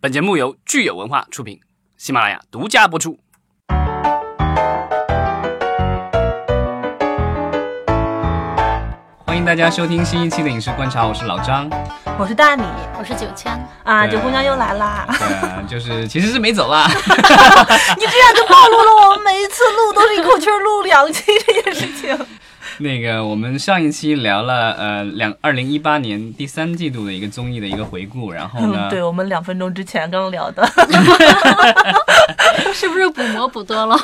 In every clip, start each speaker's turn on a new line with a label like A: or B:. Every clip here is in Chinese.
A: 本节目由聚友文化出品，喜马拉雅独家播出。欢迎大家收听新一期的《影视观察》，我是老 张。
B: 我是大米
C: 我哦是九千，
B: 啊，
A: 对
B: 九姑娘又来啦！
A: 呃，就是其实是没走啦，
B: 你这样就暴露了我们每一次录都是一口气儿录两期这件事 情。
A: 那个我们上一期聊了呃两二零一八年第三季度的一个综艺的一个回顾，然后呢
B: 嗯，，对我们两分钟之前刚聊的，
C: 是不是补膜补多了？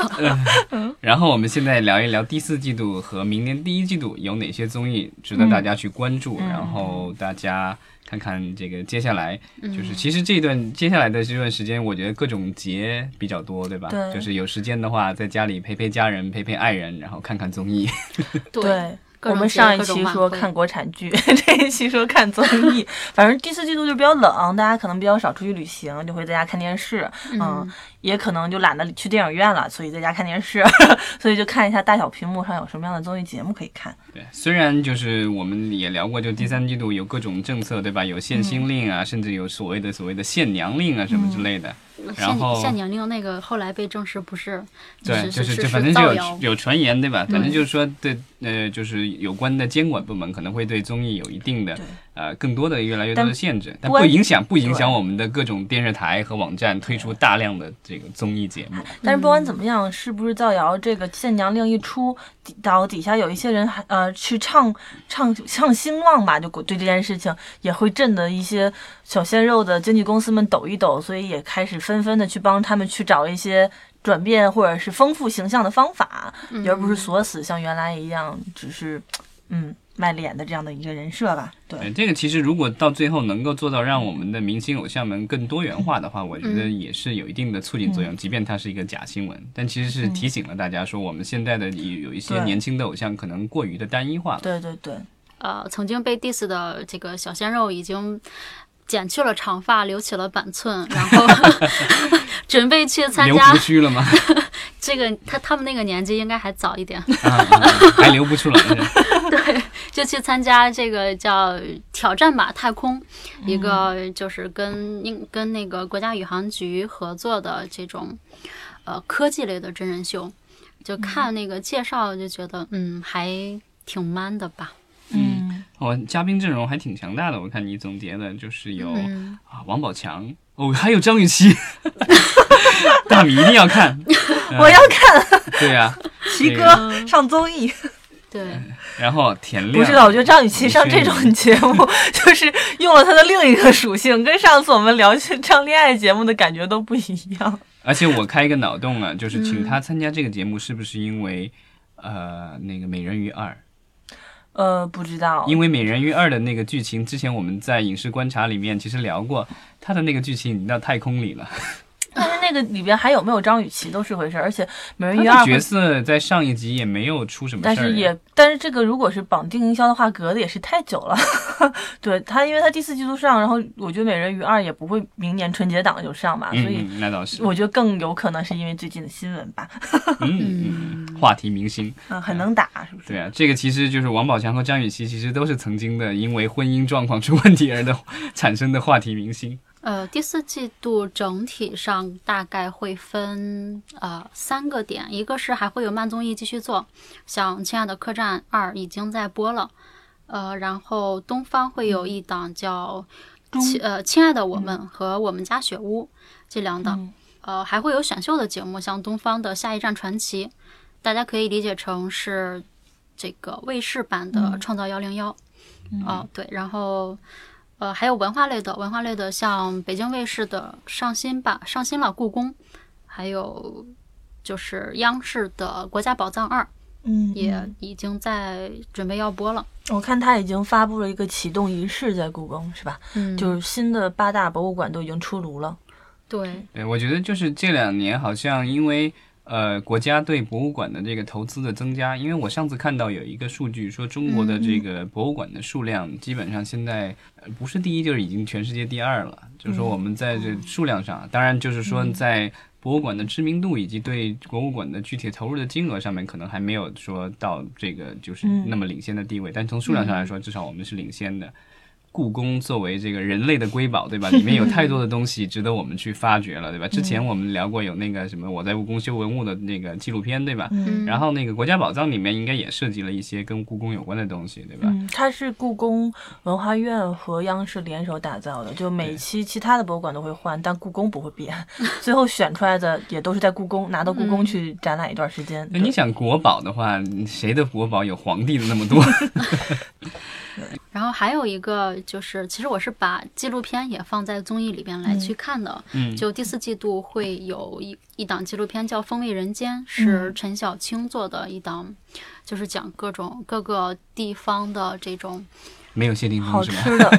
A: 然后我们现在聊一聊第四季度和明年第一季度有哪些综艺值得大家去关注，然后大家看看这个接下来就是其实这段接下来的这段时间，我觉得各种节比较多，对吧？
B: 对
A: 就是有时间的话，在家里陪陪家人，陪陪爱人，然后看看综艺。
B: 对。
C: 各
B: 我
C: 种
B: 们
C: 节
B: 上一
C: 各种
B: 期
C: 晚
B: 说
C: 会
B: 看国产剧， 这一期说看综艺。 反正第四季度就比较冷，大家可能比较少出去旅行，就会在家看电视。嗯，也可能就懒得去电影院了，所以在家看电视， 所以就看一下大小屏幕上有什么样的综艺节目可以看。
A: 对，虽然就是我们也聊过，就第三季度有各种政策，对吧？有限薪令啊，甚至有所谓的所谓的限娘令啊什么之类的。然后
C: 夏夏娘娘那个后来被证实不是，
A: 对，就是是
C: 是
A: 就是反正就
C: 造
A: 有
C: 谣。
A: 有传言，对吧？反正就是说，对，呃，就是有关的监管部门可能会对综艺有一定的呃更多的越来越多的
B: 但
A: 限制，但
B: 不
A: 不
B: 管
A: 影响不影响
B: 对
A: 我们的各种电视台和网站推出大量的这个综艺节目。
B: 但是不管怎么样，是不是造谣？这个限娘令一出，底到底下有一些人还呃去唱唱唱新浪吧，就对这件事情也会震得一些小鲜肉的经纪公司们抖一抖，所以也开始纷纷的去帮他们去找一些转变或者是丰富形象的方法，而不是锁死像原来一样，只是嗯卖脸的这样的一个人设吧。
A: 对，
B: 哎对，
A: 呃这个其实如果到最后能够做到让我们的明星偶像们更多元化的话，我觉得也是有一定的促进作用。即便它是一个假新闻，但其实是提醒了大家说，我们现在的有有一些
B: 对
A: 年轻的偶像可能过于的单一化了。
B: 对对对，
C: 呃，曾经被 diss 的这个小鲜肉已经剪去了长发，留起了板寸，然后 准备去参
A: 留
C: 加
A: 胡须了吗？
C: 这个他他们那个年纪应该还早一点，
A: 啊啊啊还留不出来。是吧
C: 对，就去参加这个叫挑战吧太空，一个就是跟英跟那个国家宇航局合作的这种呃科技类的真人秀，就看那个介绍就觉得嗯还挺 man 的吧，
B: 嗯
A: 哦，嘉宾阵容还挺强大的，我看你总结的就是有、
C: 嗯
A: 啊王宝强，哦还有张雨绮， 大米一定要看，
B: 我要看
A: 对呀、
B: 齐
A: 那个
B: 哥上综艺。
C: 对，
A: 然后田亮，
B: 不是的，我觉得张雨绮上这种节 目，就是用了她的另一个属性，跟上次我们聊去唱恋爱节目的感觉都不一 样。
A: 而且我开一个脑洞啊，就是请
B: 嗯
A: 他参加这个节目，是不是因为、呃那个《美人鱼二》？
B: 呃，不知道，
A: 因为《美人鱼二》的那个剧情，之前我们在影视观察里面其实聊过，他的那个剧情已经到太空里了。
B: 但是那个里边还有没有张雨绮都是回事儿，而且《美人鱼
A: 他
B: 二
A: 的》角，色在上一集也没有出什么事儿
B: 但
A: 呀，
B: 是也但是这个如果是绑定营销的话，隔的也是太久了。 对它，因为它第四季度上，然后我觉得《美人鱼二》也不会明年春节档就上吧，所以
A: 嗯嗯，那倒是，
B: 我觉得更有可能是因为最近的新闻吧，
A: 嗯嗯嗯，话题明星。
B: 嗯，很能打，是不是？
A: 对啊，这个其实就是王宝强和张雨绮，其实都是曾经的因为婚姻状况出问题而的产生的话题明星。
C: 呃，第四季度整体上大概会分呃三个点，一个是还会有慢综艺继续做，像《亲爱的客栈二》已经在播了，呃，然后东方会有一档叫
B: 嗯
C: 《亲呃亲爱的我们》和《我们家雪屋》这两
B: 嗯
A: 嗯
C: 档，呃，还会有选秀的节目，像东方的《下一站传奇》，大家可以理解成是这个卫视版的《创造幺零幺》啊，对，然后。呃，还有文化类的，文化类的像北京卫视的《上新吧》《上新了故宫》，还有就是央视的《国家宝藏二》
B: 嗯，
C: 也已经在准备要播了。
B: 我看他已经发布了一个启动仪式，在故宫是吧？
C: 嗯
B: 就是新的八大博物馆都已经出炉了。
C: 对，
A: 对，我觉得就是这两年好像因为呃国家对博物馆的这个投资的增加，因为我上次看到有一个数据说中国的这个博物馆的数量基本上现在呃不是第一就是已经全世界第二了，就是说我们在这数量上，当然就是说在。博物馆的知名度以及对博物馆的具体投入的金额上面，可能还没有说到这个就是那么领先的地位，但从数量上来说，至少我们是领先的。故宫作为这个人类的瑰宝， 对吧？里面有太多的东西值得我们去发掘了，对
C: 嗯
A: 吧？之前我们聊过有那个什么我在故宫修文物的那个纪录片，对吧？
C: 嗯，
A: 然后那个国家宝藏里面应该也涉及了一些跟故宫有关的东西，对吧？
B: 嗯，它是故宫文化院和央视联手打造的，就每期其他的博物馆都会换，但故宫不会变。 最后选出来的也都是在故宫拿到故
C: 嗯
B: 宫去展览一段时间。
C: 哎
A: 那你想国宝的话，谁的国宝有皇帝的那么多？
C: 然后还有一个就是，其实我是把纪录片也放在综艺里边来去看的。
A: 嗯
C: 就第四季度会有一一档纪录片叫《风味人间》，是陈小青做的一档，就是讲各种各个地方的这种。
A: 没有谢霆
B: 好
A: 锋是吗？
B: 吃的，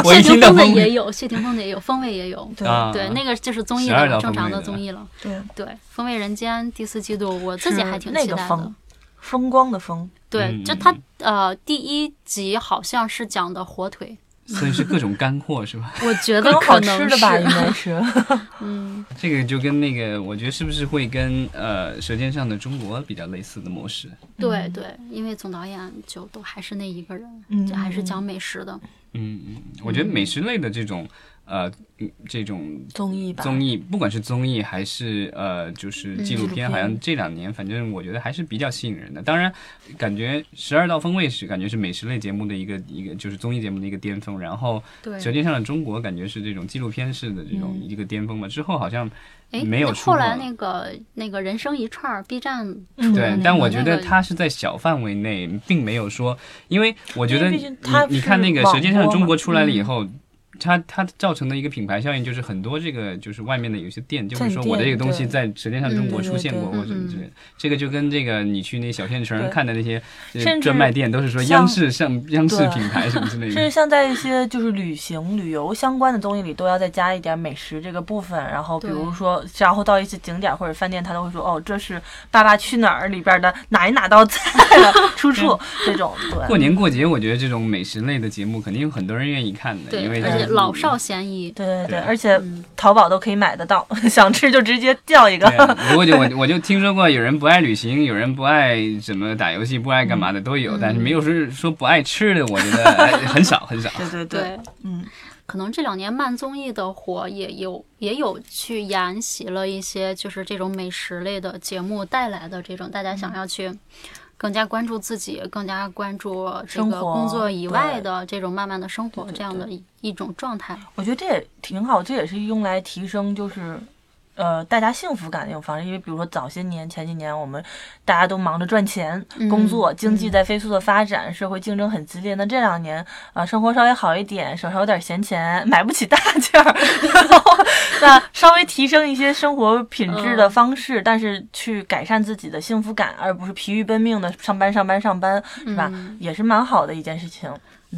A: 我一
C: 谢霆
A: 听到
C: 锋的
A: 风
C: 也有，谢霆锋的也有，风味也有。
B: 对
A: 啊，
C: 对，那个就是综艺
A: 12道
C: 了，正
A: 风
C: 常
A: 味
C: 的
A: 的
C: 综艺了。
B: 对，
C: 对，《风味人间》第四季度我自己
B: 是
C: 还挺
B: 那
C: 期
B: 个
C: 待的。
B: 风风光的风，
C: 对，
A: 嗯
C: 就
A: 嗯
C: 他呃，第一集好像是讲的火腿，
A: 所以是各种干货是吧？
C: 我 觉
B: 各
C: 得
B: 种
C: 可
B: 好
C: 能
B: 吃
C: 是
B: 的吧，应该是。
C: 嗯，
A: 这个就跟那个，我觉得是不是会跟呃《舌尖上的中国》比较类似的模式？
C: 对对，因为总导演就都还是那一个人，
B: 嗯
C: 就还是讲美食的。
A: 嗯嗯，我觉得美食类的这种呃嗯这种
B: 综艺吧，
A: 综艺，不管是综艺还是呃，就是纪录
B: 纪录
A: 片，
B: 片
A: 好像这两年，反正我觉得还是比较吸引人的。当然，感觉《十二道风味》是感觉是美食类节目的一个一个，就是综艺节目的一个巅峰。然后《舌
C: 对，
A: 尖上的中国》感觉是这种纪录片式的这种一个巅峰吧。之后好像
C: 哎，
A: 没有
C: 那
A: 出
C: 后
A: 过了
C: 来那个那个人生一串儿 B 站
B: 嗯
A: 对，但我觉
C: 那
A: 得
C: 个
A: 它是在小范围内，并没有说，因为我觉得
B: 因为
A: 你
B: 毕竟它
A: 你看那个《
B: 是网
A: 舌尖上的
B: 播
A: 中
B: 嘛嗯
A: 国》出来了以后。它它造成的一个品牌效应就是很多这个就是外面的有些店就会
B: 探
A: 说我的这个
B: 店
A: 东西
B: 对
A: 在《舌尖上的中
C: 嗯
A: 国》
B: 对
A: 出
B: 对
A: 现
B: 对
A: 过或者什么之
C: 嗯
A: 类的，这个就跟这个你去那小县城
B: 对
A: 看的那些呃
B: 甚
A: 专
B: 至
A: 卖店都是说央
B: 像
A: 视上央视
B: 对
A: 品牌什么之类
B: 甚至
A: 的，
B: 像在一些就是旅行、旅游相关的综艺里，都要再加一点美食这个部分。然后比
C: 对
B: 如说，然后到一些景点或者饭店，他都会说：“哦，这是《爸爸去哪儿》里边的哪一哪道菜的 出处。”这种
A: 过
B: 对
A: 年过节我觉得这种美食类的节目肯定有很多人愿意看的，因为
C: 对，
A: 就
C: 而且
A: 是
C: 老少咸宜。
B: 对对
A: 对
B: 对，而且
C: 嗯
B: 淘宝都可以买得到， 想吃就直接叫一个
A: 对。啊， 我就我我就听说过有人不爱旅行，有人不爱什么打游戏，不爱干嘛的都有，但是没有说说不爱吃的，我觉得 哎很少很少。
B: 对对对，
C: 对，
B: 嗯，
C: 可能这两年慢综艺的火也有也有去沿袭了一些就是这种美食类的节目带来的这种大家
B: 嗯
C: 想要去更加关注自己、更加关注这
B: 生
C: 个
B: 活
C: 工作以
B: 对
C: 外的这种慢慢的生活
B: 对对
C: 这样的一一种状态。
B: 我觉得这也挺好，这也是用来提升就是。呃，大家幸福感的一种方式，因为比如说早些年、前几年，我们大家都忙着赚钱、
C: 嗯
B: 工作，经济在飞速的发展，社会竞争很激烈。那这两年啊、生活稍微好一点，手上有点闲钱，买不起大件儿， 然后那稍微提升一些生活品质
C: 嗯
B: 的方式，但是去改善自己的幸福感，而不是疲于奔命的上班、上班、上班，是吧？
C: 嗯
B: 也是蛮好的一件事情。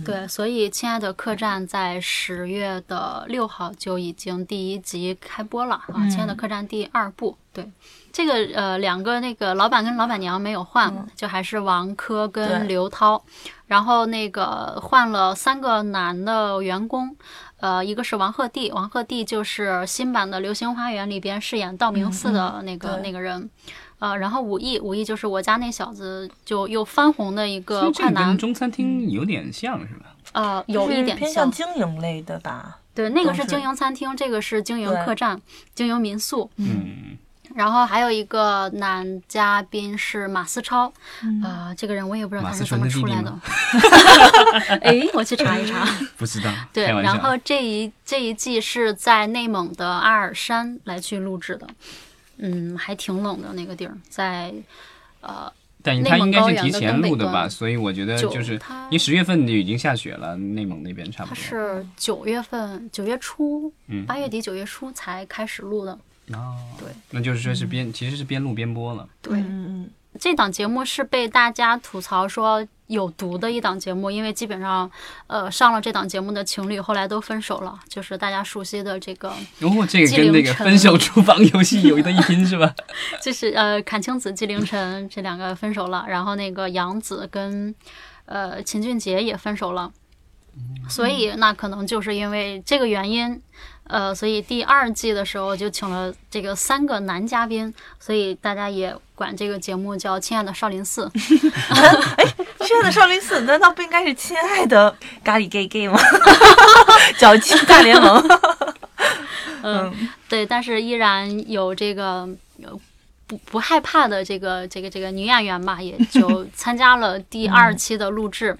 C: 对，所以《亲爱的客栈》在十月的六号就已经第一集开播了啊，亲爱
B: 嗯
C: 的客栈》第二部。对，这个呃，两个那个老板跟老板娘没有换，就还是王珂跟
B: 嗯对
C: 刘涛，然后那个换了三个男的员工。呃，一个是王鹤棣，王鹤棣就是新版的《流星花园》里边饰演道明寺的那个、
B: 嗯对
C: 那个人，呃，然后武艺，武艺就是我家那小子就又翻红的一
A: 所
C: 个
A: 以这
C: 快
A: 个
C: 男
A: 跟，中餐厅有点像是吧？
C: 呃，
B: 就
C: 有
B: 是
C: 一点
B: 偏向经营类的吧。
C: 对，那个
B: 都
C: 是
B: 是
C: 经营餐厅，这个是经营
B: 对
C: 客栈、经营民宿。
A: 嗯，
C: 然后还有一个男嘉宾是马思超，啊、
B: 嗯
C: 这个人我也不知道
A: 马
C: 他
A: 思
C: 是怎
A: 纯的
C: 么
A: 弟
C: 出
A: 弟
C: 来的
A: 吗。
C: 哎，我去查一查。
A: 不知道，嗯
C: 对，
A: 开玩
C: 然
A: 笑。
C: 后这一这一季是在内蒙的阿尔山来去录制的，嗯，还挺冷的那个地儿，在
B: 嗯
C: 呃，
A: 但
C: 内
A: 他
C: 蒙
A: 应该
C: 高
A: 是
C: 原
A: 提
C: 的
A: 前
C: 东北
A: 录的吧，
C: 段
A: 所以我觉得
C: 就
A: 就是
C: 它
A: 因为十月份就已经下雪了，内蒙那边差不
C: 它
A: 多。
C: 是九月份九月初
A: 嗯，
C: 八月底九月初才开始录的。
A: 哦，
C: 对，嗯
A: 那就是说是边其实是边录边播了。
C: 对，
B: 嗯嗯
C: 这档节目是被大家吐槽说有毒的一档节目，因为基本上，呃，上了这档节目的情侣后来都分手了，就是大家熟悉的这个，
A: 哦，这个
C: 纪
A: 跟
C: 凌
A: 那个《
C: 尘
A: 分手厨房》游戏有的一拼是吧？
C: 就是呃，阚清子、纪凌尘这两个分手了，然后那个杨紫跟呃秦俊杰也分手了，所以那可能就是因为这个原因。呃，所以第二季的时候就请了这个三个男嘉宾，所以大家也管这个节目叫《亲爱的少林寺》。
B: 嗯，确的少林寺，难道不应该是亲爱的咖喱 gay gay 吗？脚气大联盟。
C: 嗯，对，但是依然有这个呃不不害怕的这个这个这个女演员吧，也就参加了第二期的录制，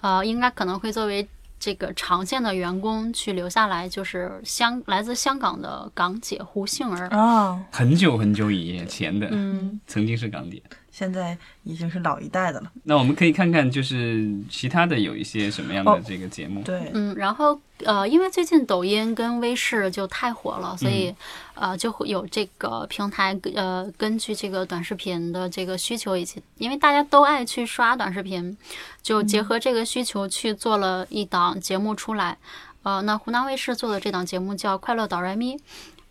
C: 呃，应该可能会作为这个长线的员工去留下来，就是香来自香港的港姐胡杏儿，
B: 哦，
A: 很久很久以前的，
C: 嗯，
A: 曾经是港姐。
B: 现在已经是老一代的了。
A: 那我们可以看看，就是其他的有一些什么样的
B: 哦
A: 这个节目。
B: 对，
C: 嗯，然后呃，因为最近抖音跟微视就太火了，所以、呃就会有这个平台呃根据这个短视频的这个需求，以及因为大家都爱去刷短视频，就结合这个需求去做了一档节目出来。呃，那湖南卫视做的这档节目叫《快乐哆来咪》。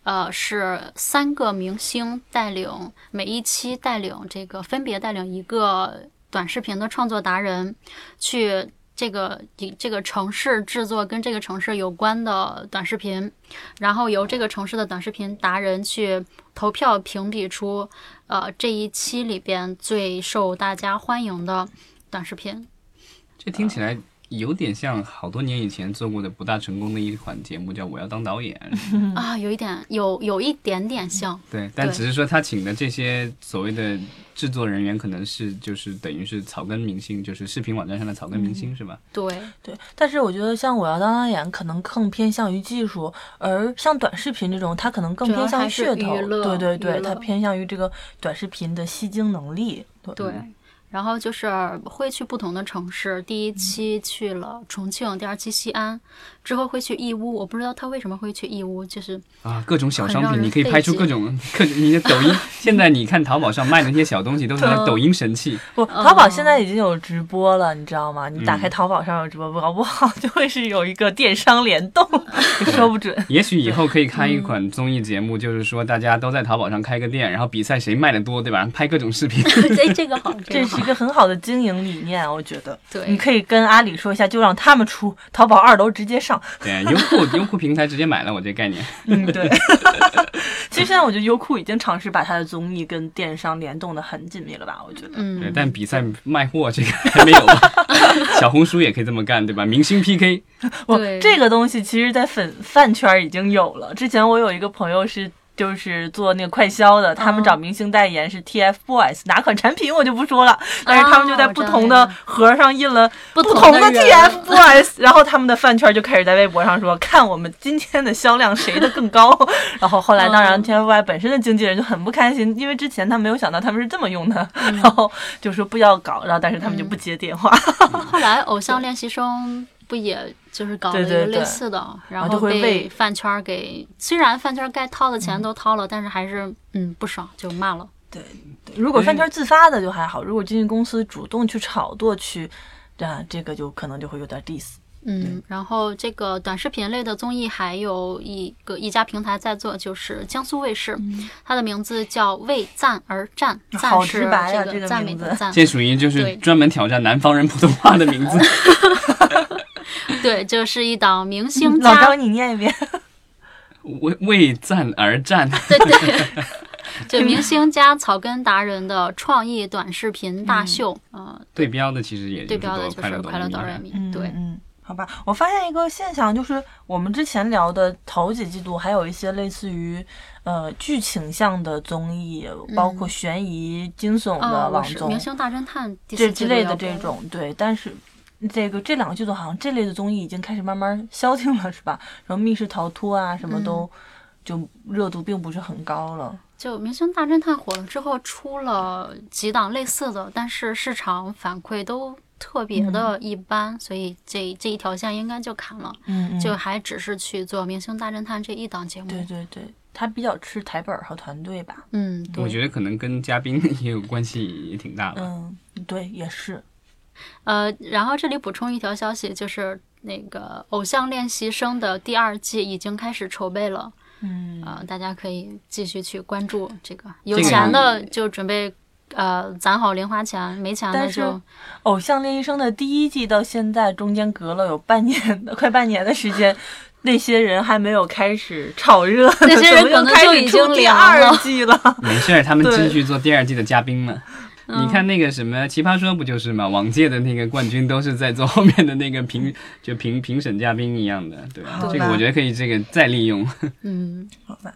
C: 呃，是三个明星带领每一期带领这个分别带领一个短视频的创作达人，去这个以这个城市制作跟这个城市有关的短视频，然后由这个城市的短视频达人去投票评比出，呃，这一期里边最受大家欢迎的短视频。
A: 这听起来有点像好多年以前做过的不大成功的一款节目，叫《我要当导 演》。
B: 嗯
C: 啊，有一点有有一点点像，
A: 对，但
C: 对
A: 只是说他请的这些所谓的制作人员，可能是就是等于是草根明星，就是视频网站上的草根明
C: 嗯
A: 星，是吧？
C: 对，
B: 对，但是我觉得像我要当导演，可能更偏向于技术，而像短视频这种，它可能更
C: 主要
B: 偏向于
C: 还是
B: 噱头
C: 娱。乐
B: 对对
C: 娱
B: 对，
C: 乐
B: 它偏向于这个短视频的吸睛能力。对嗯
C: 对，然后就是会去不同的城市，第一期去了重庆，第二期西安，之后会去义乌。我不知道他为什么会去义 乌，就是
A: 啊，各种小
C: 很
A: 商
C: 让
A: 品，
C: 人
A: 你可以
C: 费
A: 拍出各
C: 解
A: 种各种你的抖音。现在你看淘宝上卖的那些小东西，都是那抖音神器。
B: 不，淘宝现在已经有直播了，你知道吗？你打开淘宝上有直播，搞不好就会是有一个电商联 动，也说不准。
A: 也许以后可以开一款综艺节目，就是说大家都在淘宝上开个店，然后比赛谁卖的多，对吧？拍各种视频。
C: 哎这这个好，
B: 这
C: 个
B: 是
C: 好
B: 一。个很好的经营理念，我觉得。
C: 对
B: 你可以跟阿里说一下，就让他们出，淘宝二楼直接 上。
A: 对，优酷优酷平台直接买了我这概念。
B: 嗯，对。 其实现在我觉得优酷已经尝试把它的综艺跟电商联动的很紧密了吧？我觉得。
A: 对，
C: 嗯，
A: 但比赛卖货这个还没有吧？ 小红书也可以这么干，对吧？明星 PK，
B: 我
C: 对
B: 这个东西其实，在粉饭圈儿已经有了。之前我有一个朋友是。就是做那个快销的，
C: 嗯
B: 他们找明星代言是 TFBOYS，、哪款产品我就不说了，但是他们就在
C: 哦我
B: 不
C: 知道
B: 同
C: 那
B: 的
C: 个
B: 盒上印了
C: 不
B: 不
C: 同
B: 同的
C: 的人
B: TFBOYS，然后他们的饭圈就开始在微博上说，看我们今天的销量谁的更高。 然后后来，当然
C: 嗯
B: TFBOYS 本身的经纪人就很不开心，因为之前他没有想到他们是这么用的， 然后就说不要搞，然后但是他们就不接电话，
C: 后来偶像练习生不也就是搞了
B: 对
C: 一
B: 对
C: 个
B: 对
C: 类似的，然
B: 就
C: 后
B: 会
C: 被
B: 为嗯
C: 饭圈儿给，虽然饭圈儿该掏的钱都掏了，但是还是嗯不爽就骂了。
B: 对，对， 如果饭圈自发的就还好，如果经纪公司主动去炒作去，啊，这个就可能就会有点 diss。
C: 嗯，然后这个短视频类的综艺还有一个一家平台在做，就是江苏卫视，它的名字叫“为赞而战”，
B: 嗯
C: 赞
B: 好
C: 是
B: 直白啊
C: 这
B: 这
C: 个
B: 个
C: 赞美
B: 名
C: 的
B: 字
C: 赞，
A: 这属于就是
C: 对
A: 专门挑战南方人普通话的名字。
C: 对，就是一档明星
B: 老
C: 加
B: 高，你念一遍。
A: 为为战而战，
C: 对对，就明星加草根达人的创意短视频大秀，呃，
A: 对标的其实也
C: 对
A: 就是
C: 标的
A: 说
C: 就
A: 快
C: 是
A: 乐
C: 《快乐哆
A: 哆
C: 来
A: 来咪。
C: 咪》，
B: 嗯
C: 对，
B: 嗯，好吧，我发现一个现象，就是我们之前聊的头几季度，还有一些类似于呃剧情向的综艺，包括悬疑、惊悚
C: 啊，
B: 的
C: 我
B: 网
C: 是《
B: 综，
C: 明星大侦探》第
B: 这
C: 四
B: 之
C: 季
B: 类
C: 度
B: 的
C: 要
B: 这
C: 播了，
B: 种，对，但是这个这两个剧组好像这类的综艺已经开始慢慢消停了，是吧？然后密室逃脱啊什么都、就热度并不是很高了。
C: 就《明星大侦探》火了之后，出了几档类似的，但是市场反馈都特别的一般，所以这这一条线应该就砍了，
B: 嗯
C: 就还只是去做《明星大侦探》这一档节目。
B: 对对对，他比较吃台本儿和团队吧。
C: 嗯，
A: 我
C: 对。
A: 觉得可能跟嘉宾也有关系，也挺大的。
B: 嗯，对，也是。
C: 呃，然后这里补充一条消息，就是那个《偶像练习生》的第二季已经开始筹备了，
B: 嗯，
C: 呃，大家可以继续去关注这个。有
A: 这个
C: 钱的就准备呃攒好零花钱，没钱的
B: 但是
C: 就
B: 偶像练习生》的第一季到现在中间隔了有半年 的，快半年的时间。那些人还没有开始炒热 呢，
C: 那些人
B: 怎么
C: 可能
B: 开
C: 就
B: 始
C: 已
B: 出
C: 经
B: 第
C: 凉
B: 二
C: 了
B: 季了。
A: 没事儿，他们
B: 对
A: 继续做第二季的嘉宾呢。
C: 嗯
A: 你看那个什么《奇葩说》不就是嘛？往届的那个冠军都是在做后面的那个评， 就评评审嘉宾一样的，对吧？
B: 好
A: 这个
B: 吧
A: 我觉得可以这个再利用。
C: 嗯，
B: 好吧。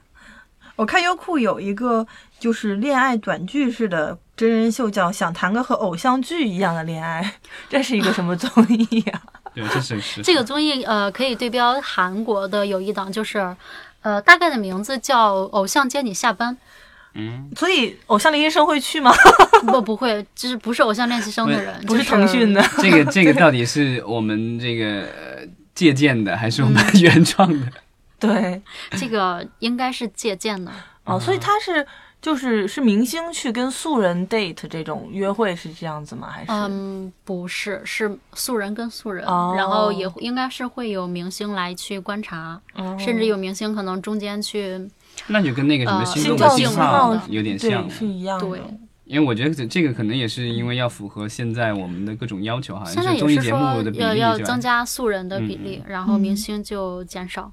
B: 我看优酷有一个就是恋爱短剧式的真人秀，叫《想谈个和偶像剧一样的恋爱》， 这是一个什么综艺啊呀、
A: 对，这是是
C: 这个综艺呃可以对标韩国的有一档，就是呃大概的名字叫《偶像接你下班，
A: 嗯，
B: 所以《偶像练习生》会去吗？》
C: 不不会，就是不是偶像练习生的人，
B: 不是
C: 就
B: 腾讯的，
A: 这 个这个到底是我们这个呃借鉴的，还是我们原创
C: 嗯
A: 的？
B: 对，
C: 这个应该是借鉴的。
B: 哦，所以他是就是是明星去跟素人 date 这种约会是这样子吗？还是、
C: 嗯，不是，是素人跟素人，
B: 哦
C: 然后也会应该是会有明星来去观察，
B: 哦
C: 甚至有明星可能中间去
A: 那就跟那个什么
C: 呃
A: 心动的信
B: 心动
A: 号
B: 信号
A: 有点像
B: 对
A: 了，
B: 是一样的？
C: 对。
A: 因为我觉得这这个可能也是因为要符合现在我们的各种要求，好
C: 现
A: 像
C: 在
A: 是
C: 也
A: 啊综艺
C: 是
A: 节
C: 说
A: 目的比
C: 要
A: 例
C: 要
A: 对吧嗯
C: 增？加素人的比例，然后明星就减少。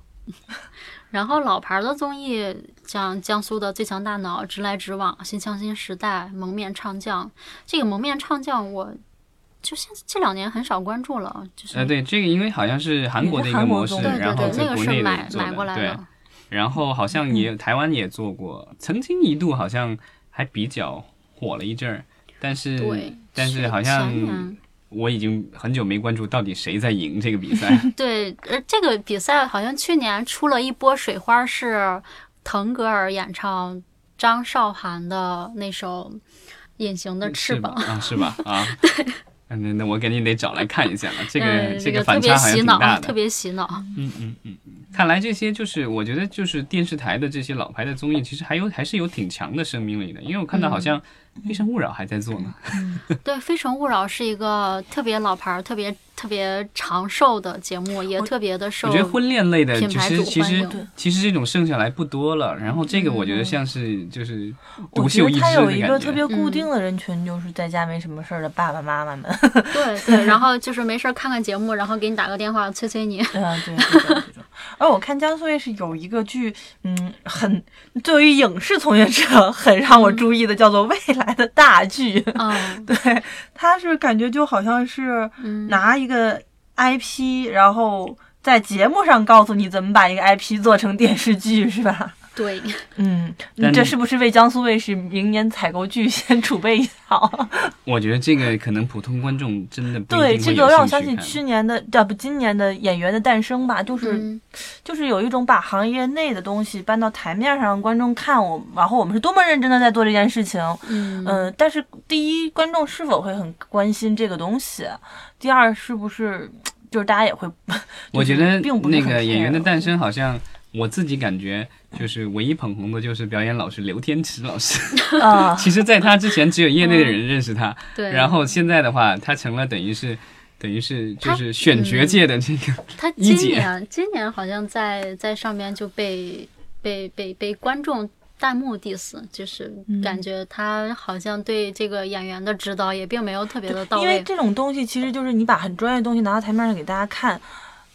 C: 然后老牌的综艺，像江苏的《最强大脑》《直来直往》《新相亲时代》《蒙面唱将》，这个《蒙面唱将》我就现这两年很少关注了，就是、
A: 呃，对，这个因为好像是韩国的一个模式，
B: 也是
C: 对
B: 韩国综
A: 然
B: 艺
A: 后
C: 对对，
A: 在
C: 那个
A: 国
C: 是
A: 内
C: 买
A: 做
C: 买过
A: 的，
C: 来
A: 对
C: 的，，嗯
A: 然后好像也台湾也做过，曾经一度好像还比较火了一阵儿，但是
C: 对，
A: 嗯但是好
C: 前
A: 像
C: 年
A: 我已经很久没关注到底谁在赢这个比 赛。
C: 对，呃，这个比赛好像去年出了一波水花，是腾格尔演唱张韶涵的那首《隐形的
A: 是
C: 翅膀》
A: 吧啊，是吧？ 啊，对。那那我肯定得找来看一下了，这个、
C: 嗯
A: 这
C: 这个
A: 反差
C: 特别
A: 好像
C: 洗
A: 挺
C: 脑
A: 大，的
C: 特。别洗脑。
A: 嗯嗯嗯，嗯，看来这些就是我觉得就是电视台的这些老牌的综艺，其实还有还是有挺强的生命力的，因为我看到好
C: 嗯
A: 像《非诚勿扰》还在做呢。
C: 对，《非诚勿扰》是一个特别老牌儿、特别特别长寿的节目，也特别的受。
A: 我觉得婚恋类的，
C: 品
A: 其
C: 牌
A: 实
C: 主
A: 其
C: 欢
A: 实
C: 迎嗯对
A: 其实这种剩下来不多了。然后这个我觉得像是就是独
B: 我觉
A: 秀
B: 得
A: 一
B: 他
A: 帜
B: 有一个
A: 的
B: 特
A: 感觉。
B: 别固定的人群，就是在家没什么事儿的爸爸妈妈们。
C: 对对，然后就是没事儿看看节目，然后给你打个电话催催 你。
B: 对啊， 对，这种这种。而我看江苏卫视有一个剧，嗯，很对于影视从业者很让我注意的，叫做《未来的大剧》。
C: 嗯
B: 对，它是感觉就好像是
C: 嗯，
B: 拿一个 IP，、然后在节目上告诉你怎么把一个 IP 做成电视剧，是吧？
C: 对，
B: 嗯，
A: 但
B: 这是不是为江苏卫视明年采购剧 先储备一套？
A: 我觉得这个可能普通观众真的不
B: 对，
A: 一定
B: 这
A: 会
B: 个让我
A: 有
B: 想
A: 兴趣
B: 起
A: 看。
B: 去年的，啊不，今年的《演员的诞生》吧，就是、
C: 嗯
B: 就是有一种把行业内的东西搬到台面上让观众看我，然后我们是多么认真的在做这件事情。
C: 嗯
B: 嗯、但是第一，观众是否会很关心这个东西？第二，是不是就是大家也会？
A: 我觉得
B: 并不是
A: 那
B: 很
A: 个演员的
B: care
A: 诞生，好像我自己感觉就是唯一捧红的就是表演老师刘天池老师。
B: 啊、
A: 其实，在他之前只有业内的人认识他，
C: 对。
A: 然后现在的话，他成了等于是。等于是就
C: 他
A: 是选
B: 嗯
A: 角界的这个，
C: 他
A: 一
C: 今
A: 姐
C: 年今年好像在在上面就被被被被观众弹幕 diss，就是
B: 嗯
C: 感觉他好像对这个演员的指导也并没有特别的到
B: 因为
C: 位。
B: 这种东西其实就是你把很专业的东西拿到台面上给大家看，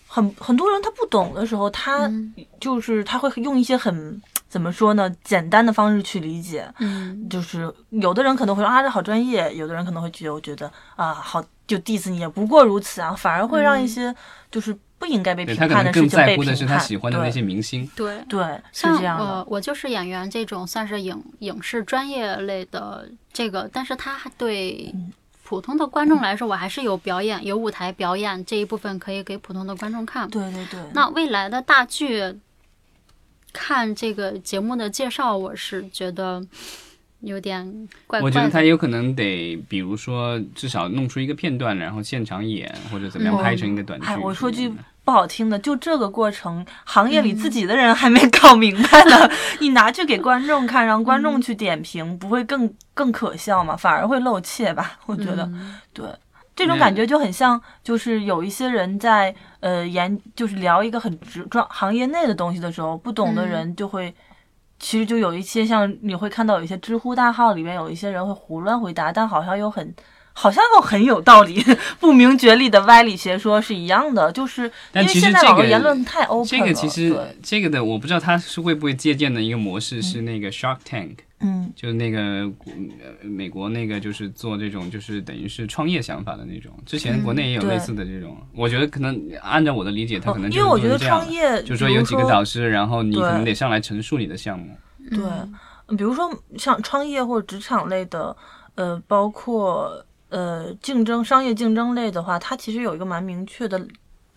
B: 很很多人他不懂的时候，他
C: 嗯
B: 就是他会用一些很怎么说呢，简单的方式去理解。
C: 嗯，
B: 就是有的人可能会说啊这好专业，有的人可能会觉得我觉得啊好就 diss 你也不过如此啊，反而会
C: 嗯
B: 让一些就是不应该被
A: 对
B: 评
A: 他可
B: 判
A: 能
B: 的
A: 更
B: 事情
A: 在
B: 被
A: 乎
B: 评
A: 的
B: 判。
A: 是他喜欢的那些明星。
C: 对。
B: 对对是
C: 像
B: 这样的
C: 我，我就是演员这种算是影影视专业类的这个，但是他还对
B: 嗯
C: 普通的观众来说，我还是有表演、有舞台表演这一部分可以给普通的观众看。
B: 对对对。
C: 那未来的大剧，看这个节目的介绍，我是觉得有点怪
A: 我
C: 怪的。
A: 觉得他有可能得，比如说至少弄出一个片段，然后现场演或者怎么样
B: 嗯
A: 拍成一个短剧。
B: 哎，我说句
A: 嗯
B: 不好听的，就这个过程，行业里自己的人还没搞明白呢，你拿去给观众看，让观众去点评，不会更更可笑吗？反而会露怯吧？我觉得，
C: 嗯
B: 对。这种感觉就很像，就是有一些人在呃研，就是聊一个很直专行业内的东西的时候，不懂的人就会，其实就有一些像你会看到有一些知乎大号里面有一些人会胡乱回答，但好像又很好像又很有道理， 不明觉厉的歪理邪说是一样的，就是因
A: 但
B: 为
A: 其实
B: 现
A: 这
B: 在网络
A: 个
B: 言论太 open
A: 这
B: 了。
A: 个其实
B: 对
A: 这个的，我不知道他是会不会借鉴的一个模式是那个 Shark Tank，、
B: 嗯
A: 就是那个呃美国那个就是做这种就是等于是创业想法的那种。之前国内也有
B: 嗯对
A: 类似的这种，我觉得可能按照我的理解，他
B: 哦
A: 可能
B: 因为我觉得
A: 是这样
B: 创
A: 的
B: 业，
A: 就是说有几个
B: 比如
A: 导师，然后你
B: 对
A: 可能得上来陈述你的项目。
B: 对，比如说像创业或者职场类的，呃，包括呃竞争、商业竞争类的话，它其实有一个蛮明确的，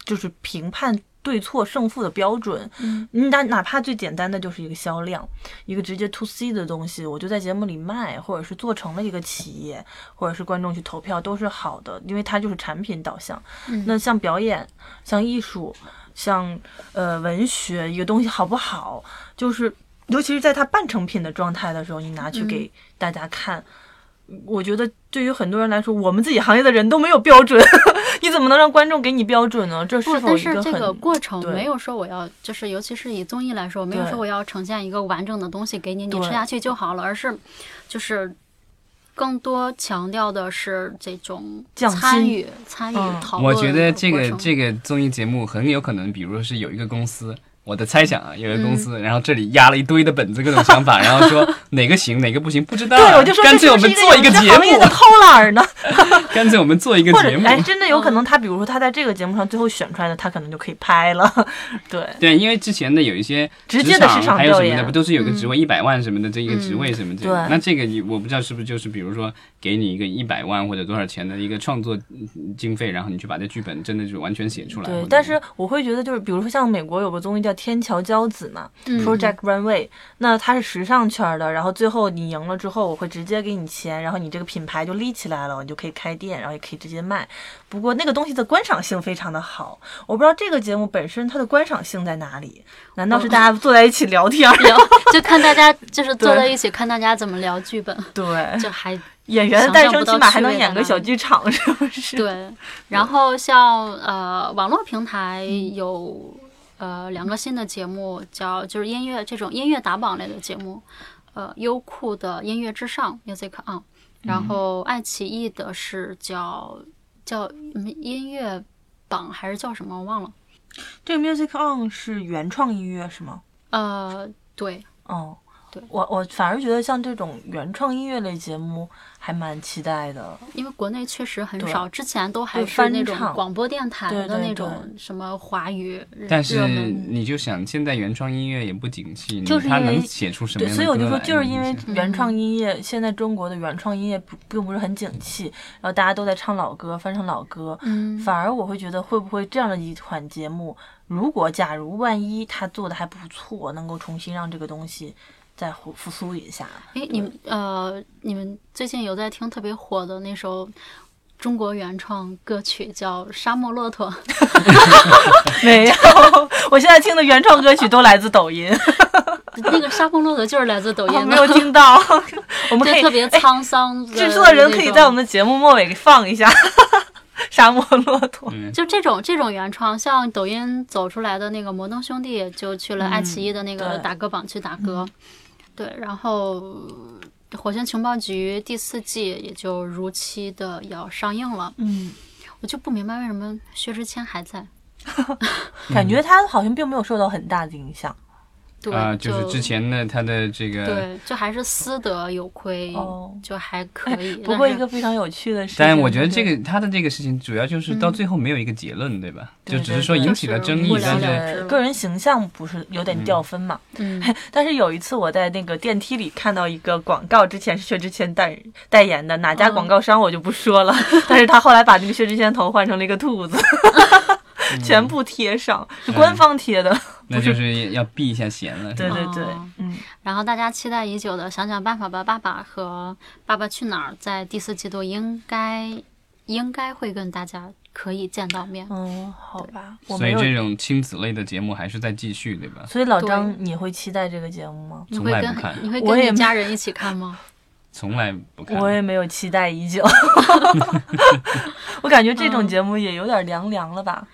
B: 就是评判对错胜负的标准。
C: 嗯，
B: 哪哪怕最简单的就是一个销量，一个直接 to C 的东西，我就在节目里卖，或者是做成了一个企业，或者是观众去投票都是好的，因为它就是产品导向。
C: 嗯
B: 那像表演、像艺术、像呃文学，一个东西好不好，就是尤其是在它半成品的状态的时候，你
C: 嗯
B: 拿去给大家看。我觉得对于很多人来说，我们自己行业的人都没有标准， 你怎么能让观众给你标准呢？这
C: 不，
B: 是否
C: 但
B: 一个
C: 是这
B: 很
C: 个过程
B: 对
C: 没有说我要，就是尤其是以综艺来说，没有
B: 对
C: 说我要呈现一个完整的东西给你，你
B: 对
C: 吃下去就好了，而是就是更多强调的是这种
B: 匠
C: 参
B: 心
C: 与、参与
B: 嗯
C: 讨
A: 我
C: 论的过程。
A: 觉得这个这个综艺节目很有可能，比如说是有一个公司。我的猜想啊，有一
B: 嗯
A: 个公司，然后这里压了一堆的本子，各种想法，然后 说哪个行哪个不行，不知道啊、
B: 对，我就说
A: 干
B: 这
A: 脆
B: 是
A: 我
B: 不
A: 们
B: 是
A: 做一
B: 个
A: 个
B: 影视
A: 节
B: 行业
A: 目
B: 的，偷懒儿呢？
A: 干脆我们 做一个
B: 或
A: 节
B: 者
A: 目。
B: 哎，真的有可能他，比如说他在这个节目上最后选出来的，他可能就可以拍了。 对，
A: 对，因为之前的有一些
B: 直接的市场
A: 还有
B: 调
A: 什么的，
B: 研嗯
A: 不，都是有个职位一百万什么的，这一个职位什么这
B: 对
A: 个。那这个你我不知道是不是就是，比如说给你一个一百万或者多少钱的一个创作嗯经费，然后你去把这剧本真的就完全写出来。或
B: 对
A: 者，
B: 但是我会觉得，就是比如说像美国有个综艺叫《天桥骄子》嘛，
C: 嗯
B: Project Runway，那它是时尚圈的，然后最后你赢了之后，我会直接给你钱，然后你这个品牌就立起来了，你就可以开店，然后也可以直接卖。不过那个东西的观赏性非常的好，我不知道这个节目本身它的观赏性在哪里？难道是
A: 嗯
B: 大家坐在一起聊天儿？
C: 聊， 就看大家就是坐
B: 对
C: 在一起，看大家怎么聊剧本，
B: 对，
C: 就还
B: 演员的
C: 想
B: 诞
C: 象
B: 生
C: 不
B: 起
C: 到
B: 码
C: 趣
B: 还能
C: 味
B: 演
C: 在
B: 个
C: 哪
B: 小
C: 里
B: 剧场，是不是？
C: 对，然后像呃网络平台
B: 嗯
C: 有呃两个新的节目叫就是音乐这种音乐打榜类的节目，呃优酷的音乐之上 Music On，然
B: 嗯
C: 后爱奇艺的是叫叫嗯音乐榜还是叫什么我忘了，
B: 这个 Music On 是原创音乐是吗？
C: 呃对，
B: 哦，
C: 对
B: 我我反而觉得像这种原创音乐类节目还蛮期待的。
C: 因为国内确实很
B: 对
C: 少，之前都还
B: 对
C: 是
B: 翻
C: 那种
B: 唱
C: 广播电台
B: 对
C: 的
B: 对
C: 那
B: 对
C: 种什么华语热
A: 但是
C: 热门
A: 你就想，现在原创音乐也不景气，
B: 就是
A: 他
B: 因为
A: 能写出什么
B: 对，
A: 样
B: 所
A: 的歌
B: 以我
A: 来呢？
B: 就说，就是因为
A: 你想
B: 原
C: 嗯
B: 创音乐，现在中国的原创音乐不并不是很景气，然后大家都在唱老歌，翻唱老歌。
C: 嗯
B: 反而我会觉得，会不会这样的一款节目，如果假如万一他做的还不错，能够重新让这个东西再复复苏一下？
C: 哎，你们呃，你们最近有在听特别火的那首中国原创歌曲叫《沙漠骆驼》？
B: 没有，我现在听的原创歌曲都来自抖音，
C: 那个《沙漠骆驼》就是来自抖音
B: 我哦
C: 的，
B: 没有听到。 我们可
C: 对，
B: 以
C: 特别
B: 哎
C: 沧桑的。
B: 制作人可以在我们。的节目末尾给放一 下沙漠骆
A: 嗯
B: 驼。
C: 就这种这种原创，像抖音走出来的那个《摩登兄弟》，就去了爱奇艺的那个
B: 嗯对嗯
C: 打歌榜去打歌，对，然后《火箭情报局》第四季也就如期的要上映了。
B: 嗯，
C: 我就不明白为什么薛之谦还在，
B: 嗯感觉他好像并没有受到很大的影响。
C: 对，
A: 啊，就是之前的他的这个
C: 对，就还是私德有亏，
B: 哦哎
C: 就还可以。
B: 不过
C: 但
B: 一
C: 是
B: 个非常有趣的事情，
A: 但我觉得这
B: 对
A: 个他的这个事情，主要就是到最后没有一个结论，对吧？
B: 对
A: 就
B: 对
A: 只是说引起了争议
C: 就，是
A: 但
C: 不了
A: 是
C: 了之
B: 对个人形象不是有点掉分嘛？
C: 嗯，
B: 但是有一次我在那个电梯里看到一个广告，之前是薛之谦代代言的哪家广告商我就不说了， 但是他后来把那个薛之谦头换成了一个兔子。全部贴上，是
A: 嗯
B: 官方贴的。
A: 那就是要避一下嫌了。是
B: 对
A: 吧
B: 对对
C: 哦，
B: 嗯，
C: 然后大家期待已久的《想想办法吧，爸爸》和《爸爸去哪儿》在第四季度应该应该会跟大家可以见到面。
B: 嗯，好吧，我
A: 所
B: 没
A: 以
B: 有
A: 这种亲子类的节目还是在继续，对吧？
B: 所以老
C: 对
B: 张，你会期待这个节目吗？
C: 你
A: 从
C: 会
A: 来
C: 跟
A: 不看
C: 你会
B: 我也
C: 跟
B: 没
C: 你家人一起看吗？
A: 从来不看。
B: 我也没有期待 已久，我感觉这种节目也有点凉凉了吧？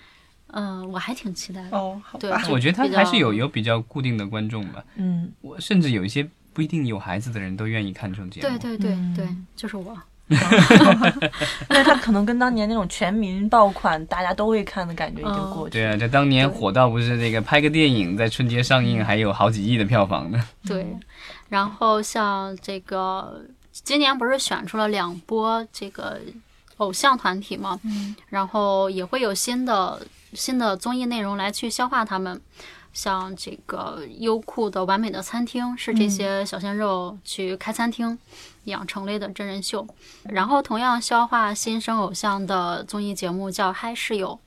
C: 嗯，我还挺期待的。
B: 哦，好
C: 对，就
A: 我觉得他
C: 比较
A: 还是有有比较固定的观众吧。
B: 嗯，
A: 我甚至有一些不一定有孩子的人都愿意看这种节目。
C: 对对对
B: 嗯
C: 对，就是我。
B: 但是它可能跟当年那种全民爆款大家都会看的感觉已经过去
A: 对
B: 了。
A: 啊，这当年
C: 对嗯
A: 火到不是这个拍个电影在春节上映还有好几亿的票房呢。
C: 对，然后像这个今年不是选出了两波这个偶像团体嘛，然后也会有新的新的综艺内容来去消化他们。像这个优酷的《完美的餐厅》是这些小鲜肉去开餐厅养成类的真人秀，然后同样消化新生偶像的综艺节目叫《嗨室友》，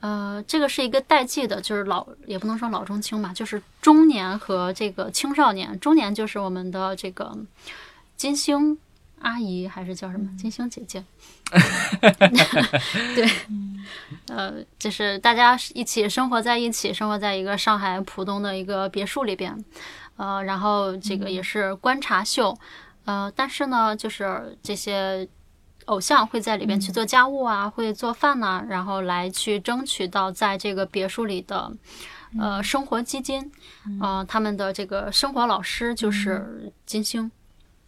C: 呃，这个是一个代际的，就是老也不能说老中青嘛，就是中年和这个青少年。中年就是我们的这个金星阿姨，还是叫什么金星姐姐？对，呃，就是大家一起生活在一起，生活在一个上海浦东的一个别墅里边，呃，然后这个也是观察秀，呃，但是呢，就是这些偶像会在里边
B: 嗯
C: 去做家务啊，会做饭呐、然后来去争取到在这个别墅里的
B: 嗯
C: 呃生活基金，呃，他们的这个生活老师
B: 嗯
C: 就是金星，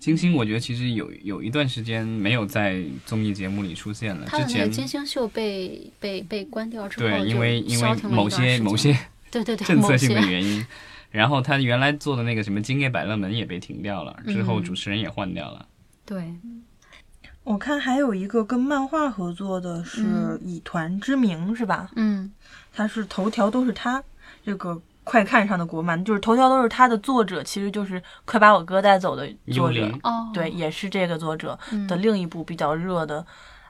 A: 金星，我觉得其实有有一段时间没有在综艺节目里出现了，
C: 他
A: 啊之
C: 的那个
A: 前
C: 金星秀被被被关掉之后，
A: 对，因为因为
C: 消停了一
A: 某
C: 段时
A: 些
C: 间
A: 某些
C: 对对对
A: 政策
C: 某
A: 性的
C: 些
A: 原因，然后他原来做的那个什么《今夜百乐门》也被停掉了，之后
C: 嗯
A: 主持人也换掉了。
C: 对
B: 我看还有一个跟漫画合作的是
C: 嗯
B: 以团之名，是吧？
C: 嗯
B: 它是头条都是他这个快看上的国漫，就是头条都是他的作者，其实就是快把我哥带走的
A: 幽
B: 作者
A: 灵，，
C: 哦
B: 对，也是这个作者
C: 嗯
B: 的另一部比较热的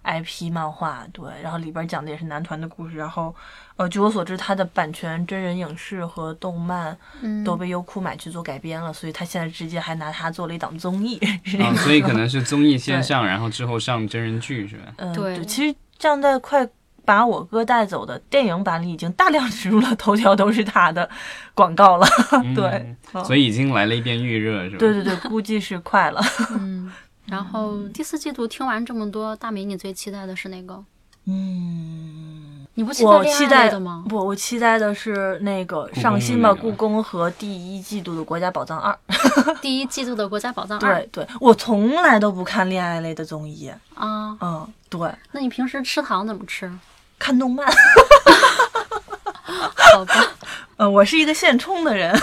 B: IP 漫画，对，然后里边讲的也是男团的故事，然后呃，据我所知，它的版权、真人影视和动漫
C: 嗯
B: 都被优酷买去做改编了，所以他现在直接还拿它做了一档综艺，是这
A: 啊，
B: 个
A: 所以可能是综艺先上，然后之后上真人剧是吧？
B: 嗯，
C: 对
B: 对，其实这样在快把我哥带走的电影版里，已经大量植入了头条都是他的广告了。 对
A: 嗯，所以已经来了一遍预热是吧？
B: 对对对，估计是快了。
C: 嗯。然后第四季度听完这么多，大美，你最期待的是哪个？
B: 嗯，
C: 你不期待
B: 我
C: 恋
B: 期
C: 爱类
B: 待
C: 的吗？
B: 不，我期待的是那个
A: 宫
B: 上新吧，
A: 的那个
B: 故宫和第一季度的《国家宝藏二》。
C: 第一季度的《国家宝藏二》
B: 对对，我从来都不看恋爱类的综艺。
C: 啊，
B: 嗯，对，
C: 那你平时吃糖怎么吃？
B: 看动漫。
C: 好吧，
B: 呃，我是一个现充的 人。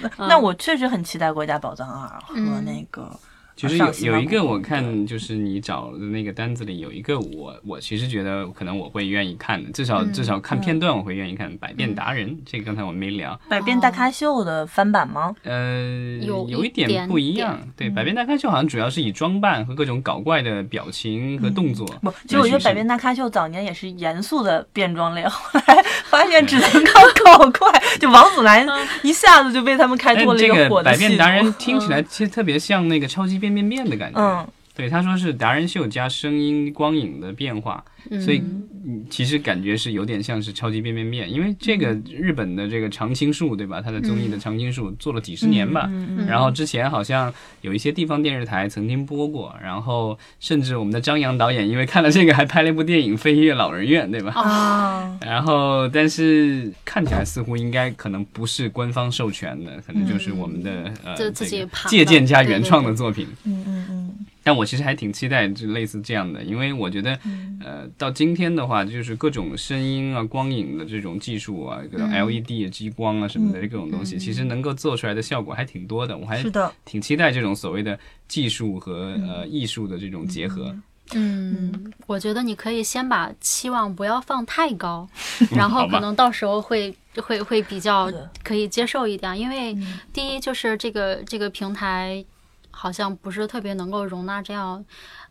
B: 那那我确实很期待《国家宝藏二》和
C: 嗯
B: 那个。
A: 其实
B: 上
A: 有
B: 新
A: 有
B: 吧
A: 一
B: 故
A: 个
B: 宫
A: 我
B: 对
A: 看，就是你找的那个单子里有一个我，我其实觉得可能我会愿意看的，至少
C: 嗯
A: 至少看片段我会愿意看《百变达人》，这个刚才我们没聊，
B: 百变大咖秀的翻版吗？
A: 呃，
C: 有
A: 有
C: 一
A: 一点
C: 点嗯
A: 不一样。对，《百变大咖秀》好像主要是以装扮和各种搞怪的表情
C: 嗯
A: 和动作
B: 不
A: 来，
B: 其实我觉得
A: 取
B: 《百
A: 胜
B: 变大咖秀》早年也是严肃的变装类， 后来发现只能 靠搞怪。就王祖蓝
C: 嗯
B: 一下子就被他们开拓
A: 但
B: 了
A: 哎这
B: 一火
A: 个
B: 的嗯
A: 百
B: 系
A: 变达人
B: 统。
A: 听起来其实特别像那个超级变变变的感觉。
B: 嗯，
A: 对，他说是达人秀加声音、光影的变化，所以嗯其实感觉是有点像是超级变变变，因为这
C: 嗯
A: 个日本的这个常青树，对吧？它的综艺的常青树做了几十年吧，
B: 嗯
A: 然后之前好像有一些地方电视台曾经播过，然后甚至我们的张扬导演因为看了这个还拍了一部电影《飞跃老人院》，对吧？
C: 哦
B: 啊，
A: 然后，但是看起来似乎应该可能不是官方授权的，可能就是我们的、呃
C: 嗯就自己
A: 这个
C: 爬的
A: 借鉴加原
C: 对对
A: 创的
C: 对
A: 作品。
B: 嗯嗯嗯，
A: 但我其实还挺期待就类似这样的，因为我觉得，
B: 嗯
A: 呃，到今天的话，就是各种声音啊、光影的这种技术啊，各
B: 嗯
A: 种 LED 激光啊什么的各种东西，其实能够做出来的效果还挺多的。我还
B: 是的，嗯
A: 挺期待这种所谓的技术和呃艺术的这种结合。
C: 嗯，我觉得你可以先把期望不要放太 高，然
A: 好
C: 后
A: 吧
C: 可能到时候会会会比较
B: 的
C: 可以接受一点，因为第一就是这个这个平台好像不是特别能够容纳这样，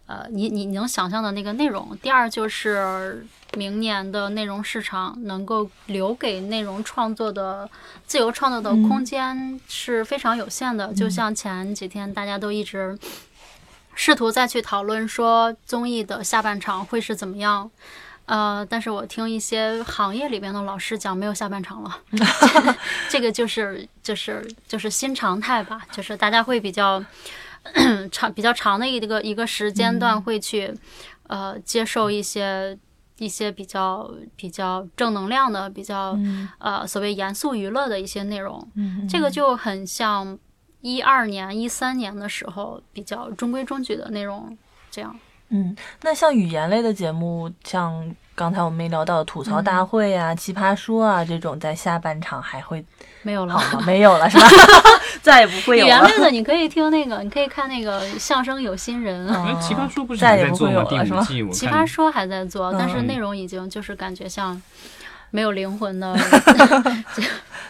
C: 呃，你你能想象的那个内容。第二就是明年的内容市场能够留给内容创作的自由创作的空间是非常有限的，就像前几天大家都一直。试图再去讨论说综艺的下半场会是怎么样，呃，但是我听一些行业里边的老师讲，没有下半场了， 这个就是就是就是新常态吧，就是大家会比较长比较长的一个一个时间段会去、呃接受一些一些比较比较正能量的、嗯
B: 嗯
C: 比较、呃所谓严肃娱乐的一些内容，这个就很像。一二年、一三年的时候比较中规中矩的内容，这样。
B: 嗯，那像语言类的节目，像刚才我们没聊到的吐
C: 嗯
B: 槽大会呀、奇葩说啊这种，在下半场还会
C: 没有 了
B: 好。吗？没有了是吧？ 再也不会
C: 语
B: 有
C: 言
B: 了。
C: 类的你可以听那个，你可以看那个相声有新人。
B: 嗯
A: 哎那奇葩说不是
B: 再
A: 还
B: 也
A: 在
B: 不
A: 做
B: 会有
A: 吗？
B: 了
A: 第
B: 是
A: 五
B: 吧
A: 季我
C: 奇葩
A: 看
C: 说还在做，但是
B: 嗯
C: 内容已经就是感觉像没有灵 魂的。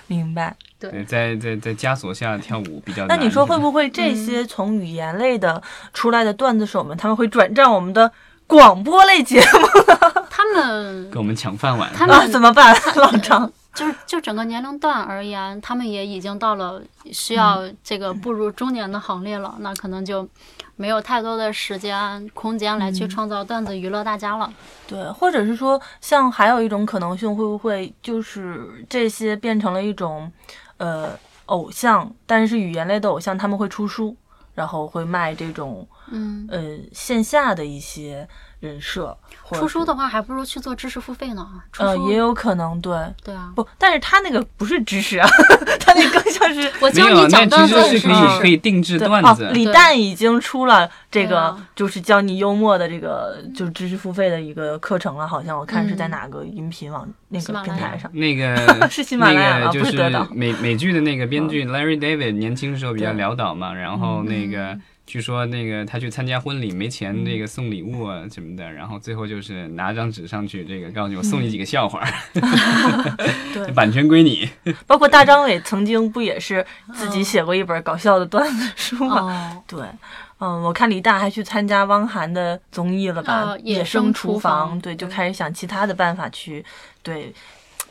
B: 明白。
A: 对，在在在枷锁下跳舞比较
B: 那
A: 难。
B: 你说会不会这些从语言类的出来的段子手们，他们会转战我们的广播类节目
C: 他们
A: 跟我们抢饭碗？
C: 他
B: 啊？
C: 们
B: 怎么办，老张？
C: 就是就整个年龄段而言，他们也已经到了需要
B: 嗯
C: 这个步入中年的行列了，那可能就没有太多的时间空间来
B: 嗯
C: 去创造段子娱乐大家了。
B: 对，或者是说，像还有一种可能性，会不会就是这些变成了一种，呃，偶像，但是语言类的偶像他们会出书，然后会卖这种
C: 嗯，
B: 呃线下的一些人设，或者
C: 出书
B: 是
C: 的话还不如去做知识付费呢。出
B: 呃
C: 书
B: 也有可能对。
C: 对啊，
B: 不，但是他那个不是知识啊， 他那更像是
C: 我
A: 没
C: 教
A: 有，啊
C: 你
A: 那
C: 讲段
A: 其
C: 子
A: 实是可以
B: 是
A: 可以定制
B: 对
A: 段
B: 哦
A: 子。。啊
B: 李
C: 对
B: 诞已经出了这
C: 对
B: 个
C: 啊，
B: 就是教你幽默的这个，就是知识付费的一个课程了。好像我看是在
C: 嗯
B: 哪个音频网那
C: 喜
B: 个
C: 马
B: 平
C: 拉雅
B: 台上。
A: 那个
B: 是喜马拉雅
A: 那
B: 吧
A: 个就
B: 不是嗯
A: 是
B: 得到
A: 美美剧的那个编剧 Larry David 年轻时候比较
B: 对
A: 潦倒
B: 嗯
A: 嘛，然后那个据说那个他去参加婚礼没钱，那个送礼物啊什么
B: 嗯
A: 的，然后最后就是拿张纸上去，这个告诉你我送你几个笑话，
B: 嗯 对
A: 版权归你。
B: 包括大张伟曾经不也是
C: 嗯
B: 自己写过一本搞笑的段子书吗？
C: 哦，
B: 对，嗯，我看李诞还去参加汪涵的综艺了吧，
C: 哦
B: 野
C: 野生
B: 厨
C: 厨房嗯
B: 对，
C: 对
B: 就开始想其他的办法去对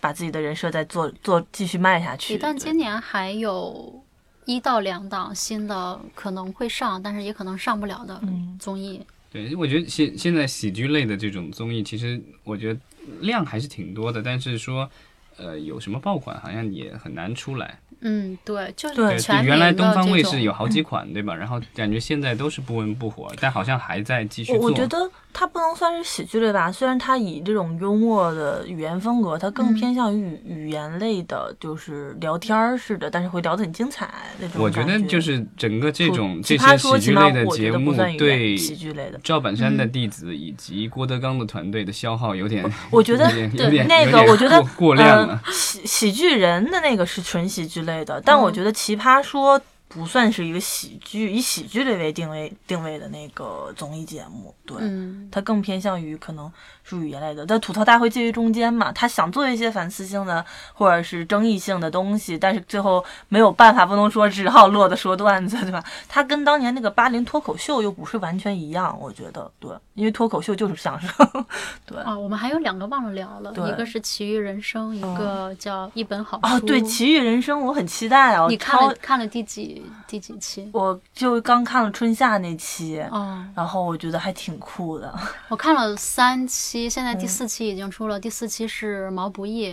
B: 把自己的人设再做做继续卖下去。
C: 李诞
B: 对
C: 今年还有一到两档新的可能会上，但是也可能上不了的
B: 嗯
C: 综艺。
A: 对，我觉得现现在喜剧类的这种综艺，其实我觉得量还是挺多的，但是说。呃，有什么爆款好像也很难出来。
C: 嗯，对，就是
B: 对
A: 对，就
C: 全民
A: 原来
C: 的
A: 东方
C: 这
A: 卫
C: 种
A: 视有好几
B: 嗯
A: 款，对吧？然后感觉现在都是不温不火，但好像还在继续
B: 我
A: 做。
B: 我觉得它不能算是喜剧类吧，虽然它以这种幽默的语言风格，它更
C: 嗯
B: 偏向于语、语言类的，就是聊天儿似的，但是会聊得很精彩那种
A: 我觉得
B: 感
A: 就是整个这
B: 除
A: 种
B: 奇
A: 这
B: 葩
A: 些
B: 说
A: 喜
B: 起
A: 剧
B: 码
A: 类的
B: 我觉
A: 节
B: 得不
A: 目
B: 算语
A: 对
B: 言喜剧嗯类的。
A: 赵本山的弟子以及郭德纲的团队的消耗有点，
B: 我觉得
A: 有点有点
B: 那
A: 有
B: 个
A: 点
B: 我觉得
A: 过过量
B: 呃
A: 了。
B: 喜喜剧人的那个是纯喜剧类的，但我
A: 嗯
B: 觉得奇葩说不算是一个喜剧，以喜剧类为定位定位的那个综艺节目，对。
C: 嗯，
B: 它更偏向于可能是语言类的，但吐槽大会介于中间嘛，他想做一些反思性的或者是争议性的东西，但是最后没有办法，不能说只好落得说段子，对吧？它跟当年那个八零脱口秀又不是完全一样，我觉得对，因为脱口秀就是相声， 对。
C: 啊，我们还有两个忘了聊了，
B: 对
C: 一个是《奇遇人生》，一个叫《一本好书》。
B: 哦，对，《奇遇人生》我很期待哦，
C: 你看
B: 超
C: 了看了第几第几期？
B: 我就刚看了春夏那期，
C: 哦，
B: 然后我觉得还挺酷的。
C: 我看了三期，现
B: 嗯
C: 在第四期已经出了，第四期是毛不易，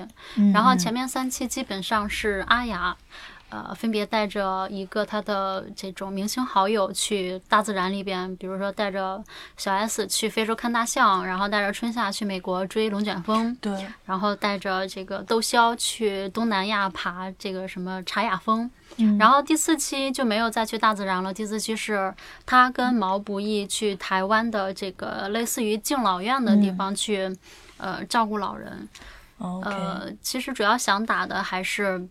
C: 然
B: 嗯
C: 后前面三期基本上是阿雅。呃，分别带着一个她的这种明星好友去大自然里边，比如说带着小 S 去非洲看大象，然后带着春夏去美国追龙卷风，
B: 对，
C: 然后带着这个窦骁去东南亚爬这个什么茶雅峰，
B: 嗯
C: 然后第四期就没有再去大自然了。第四期是他跟毛不易去台湾的这个类似于敬老院的地方去，呃，照顾老人。
B: OK，、
C: 呃，其实主要想打的还是。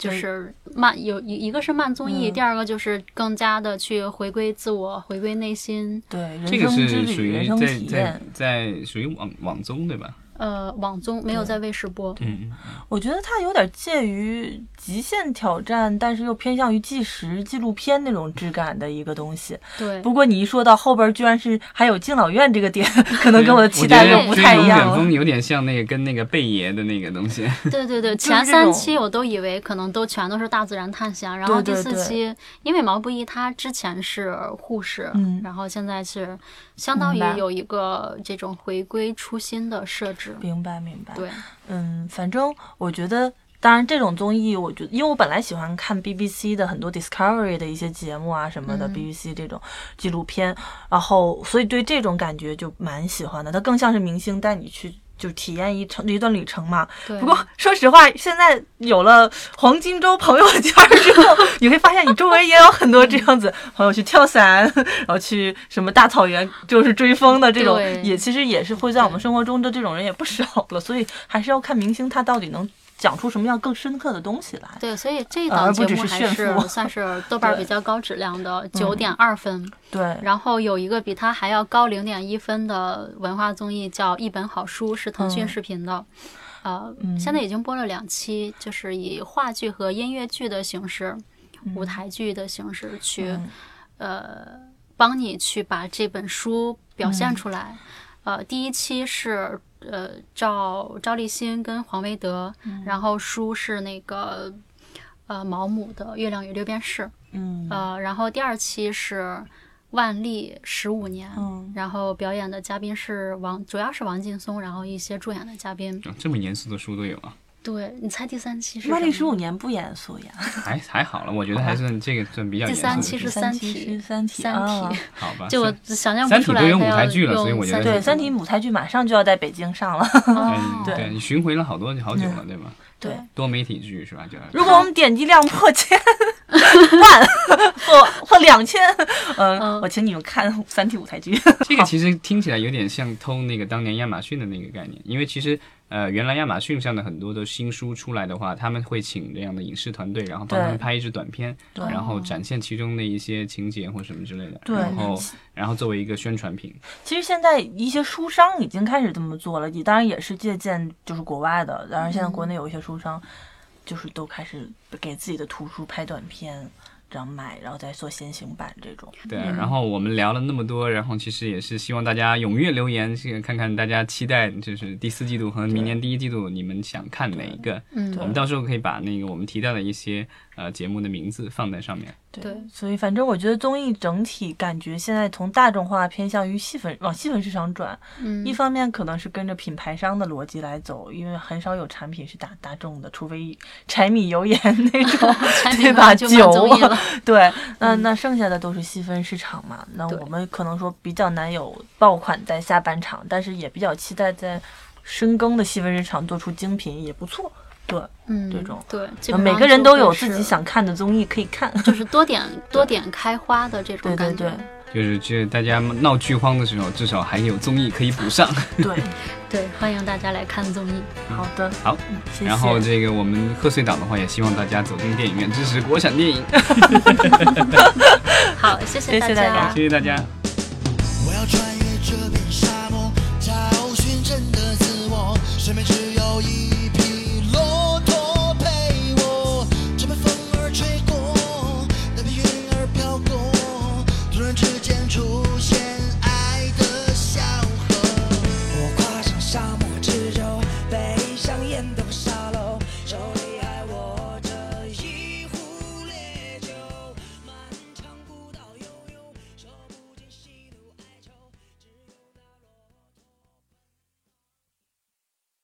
C: 就
B: 对嗯
C: 是慢有一一个是慢综艺，第二个就是更加的去回归自我，回归内心。
B: 对，人
A: 这个
B: 生之
A: 是属
B: 旅、人
A: 于
B: 生
A: 在
B: 体
A: 在
B: 验，
A: 在属于网网综对吧？
C: 呃，网综没有在卫视播，
A: 嗯，
B: 我觉得它有点介于极限挑战，但是又偏向于纪实纪录片那种质感的一个东西。
C: 对，
B: 不过你一说到后边，居然是还有敬老院这个点，可能跟我的期
A: 我觉
B: 待
A: 得
B: 又不
A: 追
B: 太
A: 龙
B: 一样
A: 卷
B: 了。
A: 风有点像那个跟那个贝爷的那个东西，
C: 对对对，
B: 就是
C: 前
B: 这
C: 三
B: 种
C: 期我都以为可能都全都是大自然探险，然
B: 对
C: 后第
B: 对
C: 四
B: 对
C: 期，因为毛不易他之前是护士，
B: 嗯
C: 然后现在是相当
B: 明白
C: 于有一个这种回归初心的设置，
B: 明白，明白。
C: 对，
B: 嗯，反正我觉得，当然这种综艺，我觉得，因为我本来喜欢看 BBC 的很多 Discovery 的一些节目啊什么的、
C: 嗯
B: b b c 这种纪录片，然后所以对这种感觉就蛮喜欢的。它更像是明星带你去就体验一程一段旅程嘛。
C: 对，
B: 不过说实话，现在有了黄金周朋友圈儿之 后，你会发现你周围也有很多这样子朋友去跳伞，然后去什么大草原就是追风的这种
C: 对，
B: 也其实也是会在我们生活中的这种人也不少了，所以还是要看明星他到底能讲出什么样更深刻的东西来。
C: 对，所以这
B: 呃而
C: 档
B: 不
C: 节
B: 只
C: 目
B: 是
C: 还
B: 炫
C: 是
B: 富嗯
C: 算是豆瓣儿比较高质量的，九点二分。
B: 对，
C: 然后有一个比它还要高零点一分的文化综艺叫《一本好书》，是腾讯
B: 嗯
C: 视频的，呃，现在已经播了两期，就是以话剧和音乐剧的形式、
B: 嗯
C: 舞台剧的形式去，呃，帮你去把这本书表
B: 嗯
C: 现出来。呃，第一期是呃赵赵立新跟黄维德，
B: 嗯
C: 然后书是那个呃毛姆的《月亮与六便士》。
B: 嗯
C: 呃，然后第二期是万历十五年，
B: 嗯
C: 然后表演的嘉宾是王，主要是王劲松，然后一些助演的嘉宾。
A: 这么严肃的书都有啊，
C: 对你猜第三期是
B: 万历
C: 什
B: 十
C: 么
B: 五年不严肃呀，
A: 还还好了，我觉得还算这个算比较
C: 第
A: 严肃
C: 三
A: 的
C: 期
A: 书
C: 是《三
B: 期
C: 体
B: 是》，三体，
C: 三
B: 啊
C: 体，
A: 好吧？
C: 就我
A: 是
C: 想象
A: 三
C: 不出
A: 体
C: 来
A: 都
C: 他
A: 有
C: 要
A: 舞台
C: 用
A: 剧了所以我觉得
B: 对，
A: 嗯
B: 《三体》舞台剧马上就要在北京上 了。
A: 嗯
C: 哦，
A: 对你巡回了好多好久了，对吧？
C: 对
A: 多媒体剧是吧？就
B: 嗯如果我们点击量破千 万 或或两千，嗯，
C: 嗯
B: 我请你们看《三体》舞台剧。
A: 这个其实听起来有点像偷那个当年亚马逊的那个概念，因为其实呃，原来亚马逊上的很多的新书出来的话，他们会请这样的影视团队，然后帮他们
B: 对
A: 拍一支短片，
B: 对
A: 然后展现其中的一些情节或什么之类的，
B: 对
A: 然后然后作为一个宣传品。
B: 其实现在一些书商已经开始这么做了，也当然也是借鉴就是国外的，当然现在国
C: 嗯
B: 内有一些书商就是都开始给自己的图书拍短片。这样卖，然后再做先行版这种。
A: 对，然后我们聊了那么多，然后其实也是希望大家踊跃留言，这个看看大家期待就是第四季度和明年第一季度你们想看哪一个。
C: 嗯
A: 我们到时候可以把那个我们提到的一些呃节目的名字放在上面。
C: 对
B: 所以反正我觉得综艺整体感觉现在从大众化偏向于细分，往细分市场转，
C: 嗯
B: 一方面可能是跟着品牌商的逻辑来走，因为很少有产品是打大众的，除非柴米油 盐那种，
C: 产
B: 对
C: 品
B: 吧？
C: 化就蛮
B: 酒啊
C: 综艺了，
B: 对，那那剩下的都是细分市场嘛。那
C: 对
B: 我们可能说比较难有爆款在下半场，但是也比较期待在深耕的细分市场做出精品也不错。对，
C: 嗯，
B: 这种
C: 对，基
B: 那
C: 本
B: 每
C: 上
B: 个人
C: 就
B: 都
C: 会
B: 有自己
C: 是，
B: 想 看的综艺可以看。
C: 就是多点多点开花的这
B: 对
C: 种
B: 对
C: 感觉。
B: 对
A: 就是这大家闹剧荒的时候，至少还有综艺可以补上。
B: 对，
C: 对欢迎大家来看综艺。
B: 好 的，
A: 好，
B: 嗯谢谢。
A: 然后这个我们贺岁档的话，也希望大家走进电影院支持国产电影。
C: 好，谢
B: 谢谢大 家
A: 谢谢大家。